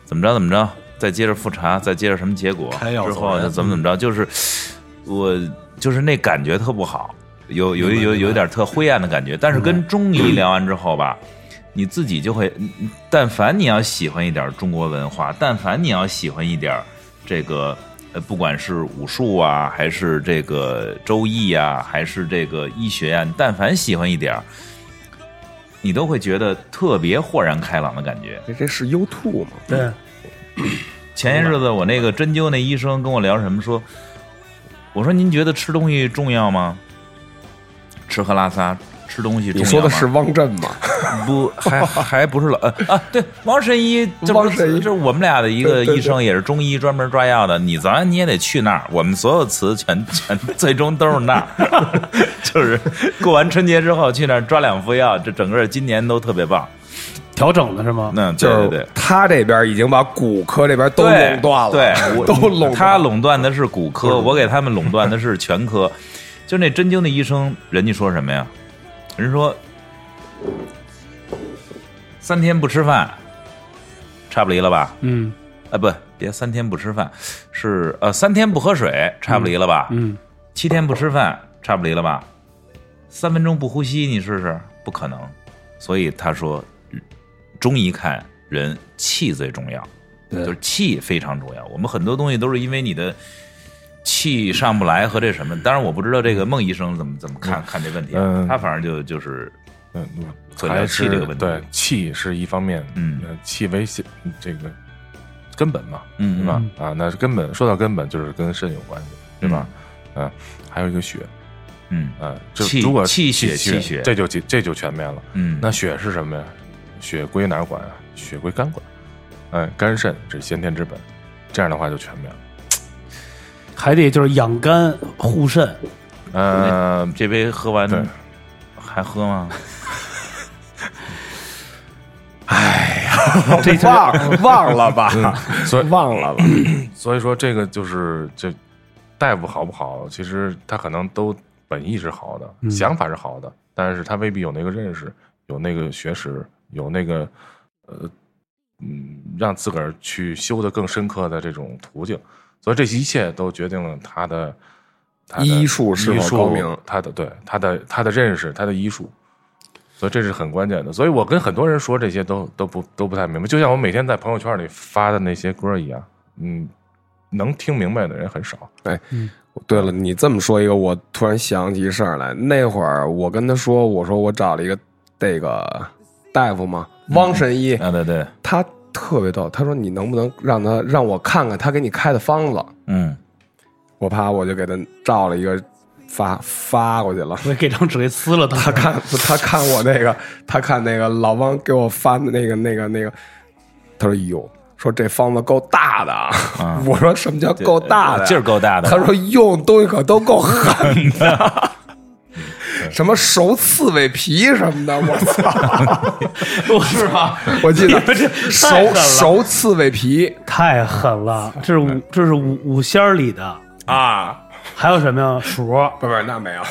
Speaker 5: 怎么着怎么着，再接着复查，再接着什么结果，
Speaker 6: 开药
Speaker 5: 之
Speaker 6: 走
Speaker 5: 后
Speaker 6: 人嗯
Speaker 5: 就怎么怎么着，就是我就是那感觉特不好，有有有有点特灰暗的感觉。但是跟中医聊完之后吧。你自己就会，嗯嗯但凡你要喜欢一点中国文化，但凡你要喜欢一点这个，呃，不管是武术啊，还是这个周易啊，还是这个医学啊，你但凡喜欢一点儿你都会觉得特别豁然开朗的感觉。
Speaker 4: 这这是 U two 吗？
Speaker 1: 对，
Speaker 5: 前些日子我那个针灸那医生跟我聊什么说，我说您觉得吃东西重要吗？吃喝拉撒，吃东西重
Speaker 4: 你
Speaker 5: 要吗？
Speaker 4: 说的是汪振吗？
Speaker 5: 不，还还不是老呃啊？对，王神医，这不
Speaker 4: 王
Speaker 5: 是
Speaker 4: 神医
Speaker 5: 这是我们俩的一个医生，也是中医，专门抓药的。你早晚你也得去那儿，我们所有词全全 最终都是那儿， 就是过完春节之后去那儿抓两副药，这整个今年都特别棒。
Speaker 1: 调整的是吗？
Speaker 5: 那
Speaker 4: 就
Speaker 5: 对对对
Speaker 4: 是。他这边已经把骨科这边都
Speaker 5: 对
Speaker 4: 垄断了，
Speaker 5: 对，我
Speaker 4: 都垄断了
Speaker 5: 他垄断的是骨科，我给他们垄断的是全科。就那针灸的医生，人家说什么呀？人说三天不吃饭，差不离了吧？
Speaker 1: 嗯
Speaker 5: 啊，不，别三天不吃饭，是呃三天不喝水，差不离了吧？
Speaker 1: 嗯，
Speaker 5: 七天不吃饭，差不离了吧？三分钟不呼吸，你试试，不可能。所以他说，中医看人气最重要，就是气非常重要。我们很多东西都是因为你的气上不来和这什么。当然，我不知道这个孟医生怎么怎么看看这问题啊，
Speaker 3: 嗯
Speaker 5: 他反正就就是
Speaker 3: 嗯，嗯
Speaker 5: 所以
Speaker 3: 还
Speaker 5: 聊气
Speaker 3: 是
Speaker 5: 这个问题
Speaker 3: 对气是一方面，
Speaker 5: 嗯
Speaker 3: 呃，气为先这个根本嘛，
Speaker 5: 嗯
Speaker 3: 是吧？啊，那是根本，说到根本就是跟肾有关系，对吧？嗯，还有一个血，
Speaker 5: 嗯
Speaker 3: 嗯，就
Speaker 5: 气
Speaker 3: 如果
Speaker 5: 气血气
Speaker 3: 气
Speaker 5: 血
Speaker 3: 这就这就全面了。
Speaker 5: 嗯，
Speaker 3: 那血是什么呀？血归哪儿管啊？血归肝管，哎，肝肾这是先天之本，这样的话就全面了。
Speaker 1: 还得就是养肝护肾，
Speaker 3: 嗯、
Speaker 5: 这杯喝完
Speaker 3: 对
Speaker 5: 还喝吗？
Speaker 1: 这一条
Speaker 4: 忘忘了吧，
Speaker 3: 所以
Speaker 4: 忘了吧，
Speaker 3: 所以说这个就是这大夫好不好，其实他可能都本意是好的，
Speaker 4: 嗯
Speaker 3: 想法是好的，但是他未必有那个认识，有那个学识，有那个呃嗯，让自个儿去修得更深刻的这种途径。所以这一切都决定了他的他的
Speaker 4: 医术是否
Speaker 3: 医术
Speaker 4: 高明
Speaker 3: 他的对他的他的认识，他的医术。所以这是很关键的，所以我跟很多人说这些都都不都不太明白，就像我每天在朋友圈里发的那些歌一样，嗯，能听明白的人很少。
Speaker 4: 哎嗯对了，你这么说一个，我突然想起一事儿来。那会儿我跟他说，我说我找了一个这个大夫嘛，汪神医，
Speaker 5: 啊，对对，
Speaker 4: 他特别逗。他说你能不能让他让我看看他给你开的方子？
Speaker 5: 嗯，
Speaker 4: 我啪我就给他照了一个发发过去了。
Speaker 1: 我给张纸给撕了，他
Speaker 4: 他看他看我那个，他看那个老汪给我发的那个那个那个，他说哟，说这方子够大的啊。我说什么叫够大的？
Speaker 5: 呃劲儿够大的。啊
Speaker 4: 他说用东西可都够狠的，什么熟刺猬皮什么的，我 操！
Speaker 1: 我 是吧？
Speaker 4: 我记得
Speaker 1: 太狠
Speaker 4: 熟
Speaker 1: 了
Speaker 4: 熟刺猬皮
Speaker 1: 太狠了，这是五这是五五仙儿里的，
Speaker 4: 啊，
Speaker 1: 还有什么呀？鼠
Speaker 4: 不是那没有，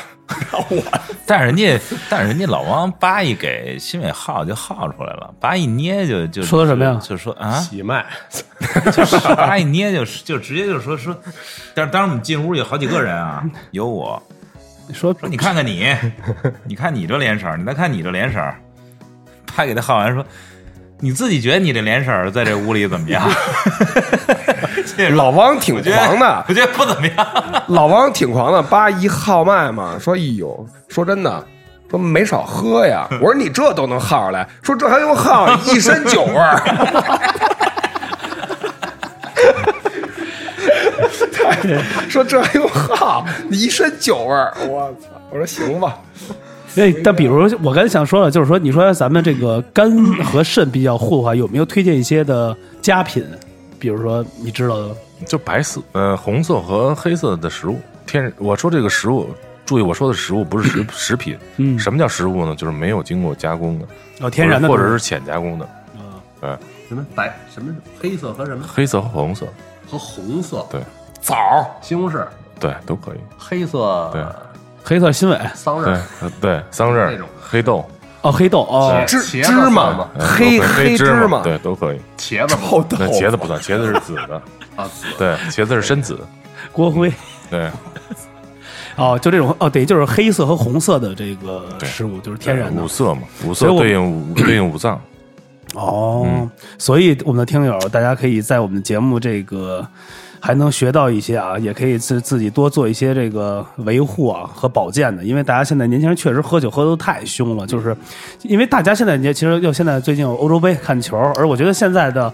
Speaker 5: 但人家， 但人家老王八一给新伟耗就耗出来了，八一捏就就
Speaker 1: 说的什么呀
Speaker 5: 就说啊，
Speaker 6: 喜脉，
Speaker 5: 就是八一捏就就直接就说说，但是当时我们进屋有好几个人啊，有我
Speaker 1: 说
Speaker 5: 说你看看你，你看你这脸色儿，你再看你这脸色儿，八给他耗完说。你自己觉得你这脸色儿在这屋里怎么 样？
Speaker 4: 老汪挺狂的，
Speaker 5: 我觉得不怎么样。
Speaker 4: 老汪挺狂的，八一号脉嘛，说哎呦，说真的。说没少喝呀，我说你这都能耗出来，说这还用耗，一身酒味儿，说这还用耗，你一身酒味儿，我操！我说行吧，
Speaker 1: 哎，但比如我刚才想说了，就是说，你说咱们这个肝和肾比较互的话，有没有推荐一些的佳品？比如说，你知道的，
Speaker 3: 就白色、呃红色和黑色的食物。天然，我说这个食物，注意我说的食物不是 食食品。
Speaker 1: 嗯
Speaker 3: 什么叫食物呢？就是没有经过加工的，
Speaker 1: 哦，天然的，
Speaker 3: 或者是浅加工的。
Speaker 6: 什么白什么黑色和什么
Speaker 3: 黑色和红色，
Speaker 6: 和红色，
Speaker 3: 对
Speaker 6: 枣儿、西红柿，
Speaker 3: 对都可以。
Speaker 6: 黑色
Speaker 3: 对
Speaker 1: 黑色新伟
Speaker 6: 桑
Speaker 3: 对
Speaker 6: 葚、
Speaker 3: 呃对，桑
Speaker 6: 那
Speaker 3: 葚
Speaker 6: 种、
Speaker 3: 黑豆、
Speaker 1: 哦，黑豆哦，
Speaker 4: 芝
Speaker 6: 茄子
Speaker 4: 芝麻
Speaker 6: 算吗
Speaker 3: 呃都可以
Speaker 4: 黑
Speaker 3: 黑
Speaker 4: 芝麻，
Speaker 3: 对都可以。
Speaker 6: 茄子
Speaker 4: 臭豆
Speaker 3: 那茄子不算，茄子是紫 的，
Speaker 6: 啊，紫
Speaker 3: 对，茄子是深紫，
Speaker 1: 锅灰
Speaker 3: 对
Speaker 1: 哦，就这种哦，对，就是黑色和红色的这个食物，就是天然的
Speaker 3: 五色嘛，五
Speaker 1: 所以
Speaker 3: 色
Speaker 1: 我
Speaker 3: 对应五对应五脏。
Speaker 1: 哦。所以我们的听友，大家可以在我们的节目这个还能学到一些啊，也可以自自己多做一些这个维护啊和保健的，因为大家现在年轻人确实喝酒喝的太凶了，就是因为大家现在也其实又现在最近有欧洲杯看球，而我觉得现在的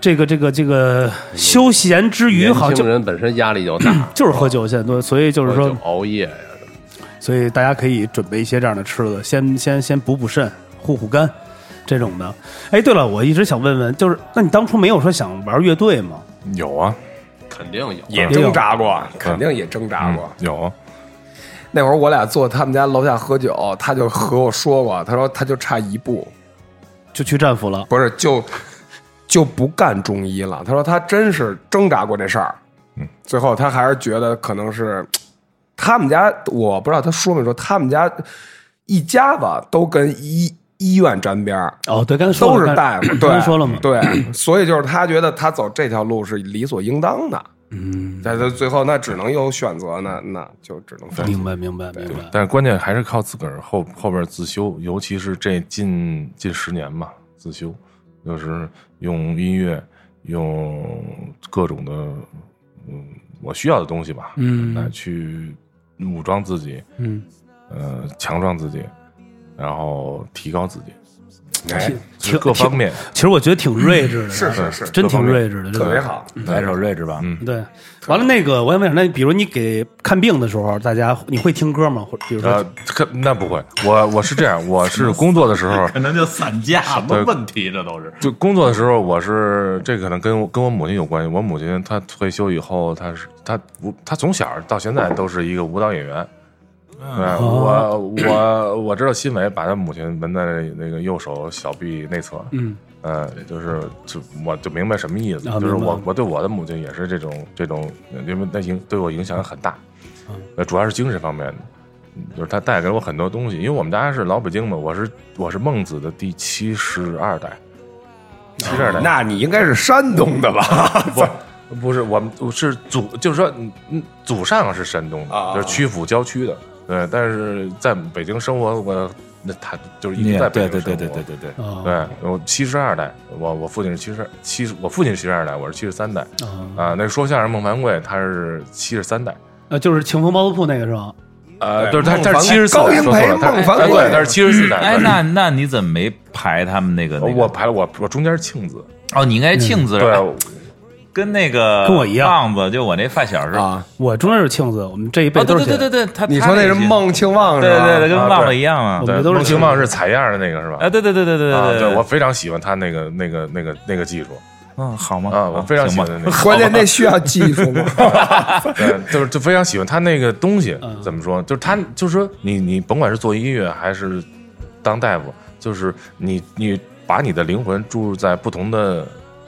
Speaker 1: 这个这个这个休闲之余，好像
Speaker 6: 年轻
Speaker 1: 就
Speaker 6: 人本身压力就大，
Speaker 1: 就是喝酒现在多，所以就是
Speaker 6: 喝
Speaker 1: 说
Speaker 6: 酒熬夜呀什么
Speaker 1: 所以大家可以准备一些这样的吃的，先先先补补肾、护护肝这种的。哎，对了，我一直想问问，就是那你当初没有说想玩乐队吗？
Speaker 3: 有啊，
Speaker 6: 的，肯定有。
Speaker 4: 也挣扎过，肯定也挣扎过。
Speaker 3: 有啊，
Speaker 4: 那会儿我俩坐他们家楼下喝酒，他就和我说过，他说他就差一步，
Speaker 1: 就去战俘了。
Speaker 4: 不是就就不干中医了。他说他真是挣扎过这事儿，嗯，最后他还是觉得可能是嗯他们家，我不知道他说没说，他们家一家子都跟医医院沾边儿。
Speaker 1: 哦，对，刚才说
Speaker 4: 都
Speaker 1: 了
Speaker 4: 是
Speaker 1: 刚
Speaker 4: 大 夫，
Speaker 1: 刚才
Speaker 4: 对，嗯
Speaker 1: 说了嘛。
Speaker 4: 对，所以就是他觉得他走这条路是理所应当的，嗯，但是最后那只能有选择，那那就只能放弃
Speaker 1: 明白，明白，明白。
Speaker 3: 但是关键还是靠自个儿后后边自修，尤其是这近近十年吧，自修就是用音乐，用各种的嗯我需要的东西吧，
Speaker 1: 嗯
Speaker 3: 来去武装自己，
Speaker 1: 嗯，
Speaker 3: 呃，强壮自己，然后提高自己，
Speaker 4: 哎，
Speaker 3: 就是各
Speaker 1: 挺
Speaker 3: 方面
Speaker 1: 其实我觉得挺睿智的，啊
Speaker 4: 是是
Speaker 3: 对
Speaker 4: 是，
Speaker 1: 真
Speaker 3: 各
Speaker 1: 挺
Speaker 3: 方面
Speaker 1: 睿智的，真
Speaker 4: 特
Speaker 1: 的
Speaker 4: 别好。
Speaker 5: 来首睿智吧，嗯，
Speaker 1: 对，完了那个，我想问一下，那比如你给看病的时候，大家你会听歌吗？或者比如说
Speaker 3: 呃，可那不会，我我是这样，我是工作的时候，
Speaker 5: 可能就散架，什
Speaker 3: 么
Speaker 5: 问题这都是。
Speaker 3: 就工作的时候，我是这可能跟我跟我母亲有关系。我母亲她退休以后，她是她不她从小到现在都是一个舞蹈演员，对，我我我知道新伟把他母亲纹在那个右手小臂内侧，
Speaker 1: 嗯，
Speaker 3: 嗯，就是就我就明白什么意思，
Speaker 1: 啊
Speaker 3: 就是
Speaker 1: 明白
Speaker 3: 我我对我的母亲也是这种这种，因为那影对我影响很大，
Speaker 1: 嗯
Speaker 3: 呃，主要是精神方面的，嗯就是她带给我很多东西，因为我们家是老北京嘛，我是我是孟子的第七十二代，七十二代，
Speaker 4: 那你应该是山东的 吧？
Speaker 3: 不 不是我们是祖，就是说嗯嗯祖上是山东的，
Speaker 4: 啊
Speaker 3: 就是曲阜郊区的，对，但是在北京生活我那他就是一
Speaker 5: 你
Speaker 3: 直在北
Speaker 5: 对
Speaker 3: 京
Speaker 5: 对
Speaker 3: 生活，
Speaker 5: 对对对对对，
Speaker 4: 哦
Speaker 1: 啊
Speaker 3: 对，我七十二代，我我父亲是七十七十，我父亲是七十二代，我是七十三代
Speaker 4: 哦呃
Speaker 1: 啊，
Speaker 3: 啊。那说相声孟凡贵他是七十三代，
Speaker 1: 呃，就是晴风包子铺那个是吧？
Speaker 3: 呃，就
Speaker 4: 对
Speaker 3: 是他
Speaker 4: 孟
Speaker 3: 他
Speaker 4: 凡
Speaker 3: 是
Speaker 4: 贵
Speaker 3: 七十四
Speaker 4: 高
Speaker 3: 代，
Speaker 4: 英
Speaker 3: 说错
Speaker 4: 培
Speaker 3: 了，
Speaker 4: 孟
Speaker 3: 他
Speaker 4: 凡
Speaker 3: 他
Speaker 4: 贵
Speaker 3: 对他是七十四代。
Speaker 5: 哎，
Speaker 3: 对
Speaker 5: 那那你怎么没排他们那个？那个
Speaker 3: 我排了我我中间是庆字，
Speaker 5: 哦，你应
Speaker 1: 嗯
Speaker 5: 该是庆字，
Speaker 3: 对，
Speaker 4: 哦
Speaker 5: 跟那个
Speaker 1: 跟我一样
Speaker 5: 棒子，就我那发小是吧？
Speaker 4: 啊，
Speaker 1: 我中间是庆字，我们这一辈
Speaker 5: 哦，
Speaker 1: 都
Speaker 5: 对
Speaker 1: 是庆
Speaker 5: 对对
Speaker 1: 字。
Speaker 5: 对对，他
Speaker 4: 你说那是，孟庆旺
Speaker 5: 他
Speaker 4: 是
Speaker 5: 那个
Speaker 4: 吧？
Speaker 5: 对对对，跟
Speaker 3: 啊
Speaker 5: 棒
Speaker 3: 对
Speaker 5: 子一样嘛
Speaker 1: 我。
Speaker 3: 对
Speaker 1: 们都是
Speaker 3: 孟
Speaker 1: 庆
Speaker 3: 庆旺是采样的那个是吧？
Speaker 4: 哎
Speaker 5: 啊，对对对对对
Speaker 3: 啊，
Speaker 5: 对
Speaker 3: 对我非常喜欢他那个那个那个那个技术
Speaker 5: 嗯好吗？
Speaker 3: 啊，我非常喜
Speaker 5: 行吧
Speaker 3: 欢他那个。
Speaker 4: 关键那需要技术吗？
Speaker 3: 对，就是就非常喜欢他那个东西
Speaker 1: 嗯，
Speaker 3: 怎么说？就是他，就是说你你甭管是做音乐还是当大夫，就是你你把你的灵魂注入在不同的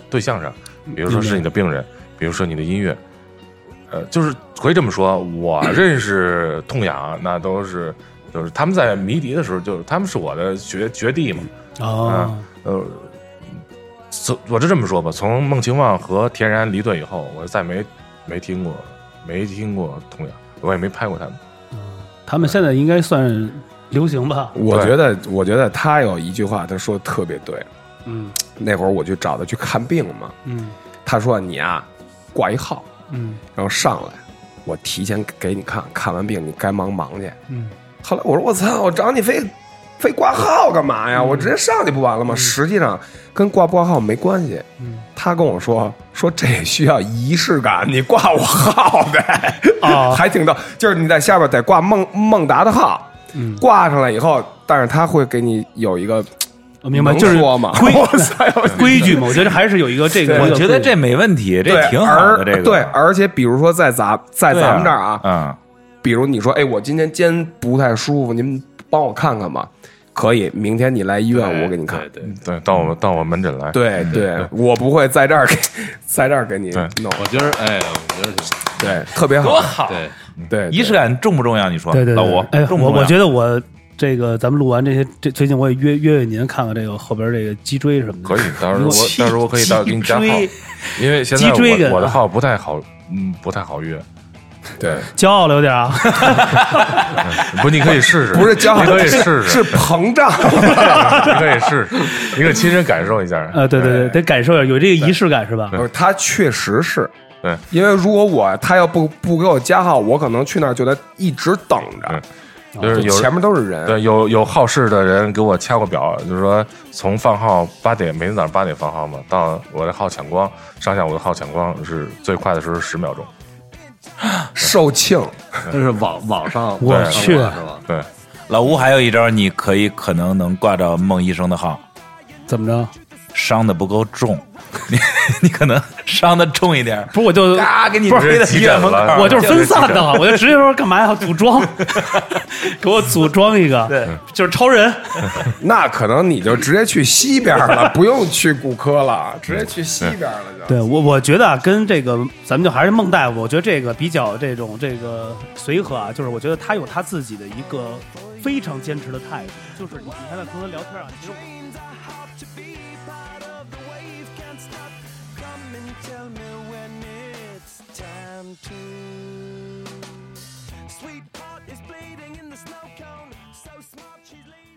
Speaker 3: 对象上，
Speaker 5: 嗯
Speaker 3: 比如说是你的病人，比如说你的音乐，呃，就是可以这么说。我认识痛痒，那都是就是他们在迷笛的时候，就是他们是我的学学弟嘛，
Speaker 1: 哦，
Speaker 4: 嗯
Speaker 3: 呃。从我就这么说吧，从孟庆旺和田然离队以后，我再没没听过，没听过痛痒，我也没拍过他们。
Speaker 1: 他们现在应该算流行吧？
Speaker 4: 我觉得，我觉得他有一句话，他说的特别对。
Speaker 1: 嗯
Speaker 4: 那会儿我去找他去看病嘛，
Speaker 1: 嗯
Speaker 4: 他说你啊，挂一号，
Speaker 1: 嗯
Speaker 4: 然后上来，我提前给你看看完病，你该忙忙去。
Speaker 1: 嗯
Speaker 4: 后来我说我操，我找你非非挂号干嘛
Speaker 1: 嗯
Speaker 4: 呀？我直接上去不完了吗？实际上跟挂不挂号没关系。
Speaker 1: 嗯，
Speaker 4: 他跟我说说这需要仪式感，你挂我号呗，
Speaker 1: 哦
Speaker 4: 还挺逗。就是你在下边得挂孟孟达的号，
Speaker 1: 嗯
Speaker 4: 挂上来以后，但是他会给你有一个
Speaker 1: 我哦明白，
Speaker 4: 能
Speaker 1: 就是
Speaker 4: 说吗
Speaker 1: 规
Speaker 4: 我操
Speaker 1: 规矩嘛，我觉得还是有一个这个。
Speaker 5: 我觉得这没问题，这
Speaker 4: 对
Speaker 5: 挺好的，
Speaker 4: 而
Speaker 5: 这个
Speaker 4: 对，而且比如说在咱在
Speaker 5: 对啊
Speaker 4: 咱们这儿啊，
Speaker 5: 嗯，
Speaker 4: 比如你说，哎，我今天肩不太舒服，您帮我看看吧。可以，明天你来医院，我给你看。
Speaker 2: 对对，
Speaker 3: 对，到我到我门诊来。
Speaker 4: 对对，我不会在这儿给，在这儿给你
Speaker 3: 对
Speaker 4: 弄，
Speaker 6: 我觉得哎，我觉得挺
Speaker 4: 对，特别
Speaker 5: 多
Speaker 4: 好，
Speaker 5: 好，
Speaker 6: 对，
Speaker 3: 嗯
Speaker 4: 对，对
Speaker 5: 仪式感重不重要？你说，
Speaker 1: 对对对
Speaker 5: 老吴，
Speaker 1: 哎，
Speaker 5: 重不
Speaker 1: 我
Speaker 5: 重
Speaker 3: 啊
Speaker 5: 要
Speaker 1: 我觉得我这个咱们录完这些，这最近我也约约约您看看这个后边这个脊椎什么的。
Speaker 3: 可以， 到时候我
Speaker 5: 脊
Speaker 3: 到时候我可以到给你加号，
Speaker 5: 脊
Speaker 3: 因为现在
Speaker 1: 脊椎梗啊
Speaker 3: 我我的号不太好，嗯，不太好约。
Speaker 4: 对，
Speaker 1: 骄傲了有点啊，
Speaker 3: 不，你可以试试，
Speaker 4: 不是骄傲，
Speaker 3: 你可以
Speaker 4: 是
Speaker 3: 试试，
Speaker 4: 是膨胀。
Speaker 3: 你可以试试，你可以亲身感受一下。
Speaker 1: 呃，对对对，得感受一下，有这个仪式感是吧？
Speaker 4: 不是他确实是，
Speaker 3: 对，
Speaker 4: 因为如果我他要不不给我加号，我可能去那儿就得一直等着，
Speaker 3: 就是有
Speaker 4: 前面都是人，
Speaker 3: 对有有好事的人给我掐过表，就是说从放号八点，每天早上八点放号嘛，到我的号抢光，上下午的号抢光是最快的时候十秒钟。
Speaker 4: 售罄。
Speaker 6: 这是网网上
Speaker 1: 我
Speaker 6: 网上
Speaker 1: 去
Speaker 6: 挂是吧？
Speaker 3: 对，
Speaker 5: 老吴还有一招，你可以可能能挂着孟医生的号，
Speaker 1: 怎么着？
Speaker 5: 伤的不够重，你 你可能伤的重一点，
Speaker 1: 不是我就
Speaker 5: 嘎给你
Speaker 1: 不
Speaker 5: 推
Speaker 1: 是
Speaker 5: 到医院
Speaker 3: 急诊
Speaker 5: 门口
Speaker 3: 了，
Speaker 1: 我就是分散的， 我就直接说干嘛要组装， 给我组装一个，对，就是超人。
Speaker 4: 那可能你就直接去西边了，不用去骨科了，直接去西边了就。
Speaker 1: 对我，我觉得啊，跟这个咱们就还是孟大夫，我觉得这个比较这种这个随和啊，就是我觉得他有他自己的一个非常坚持的态度，就是你看他跟他聊天啊，其实。
Speaker 7: dreams I hope to be part of the wave can't stop. Come and tell me when it's time to. Sweetheart is bleeding in the snow cone, so smart she's leaning.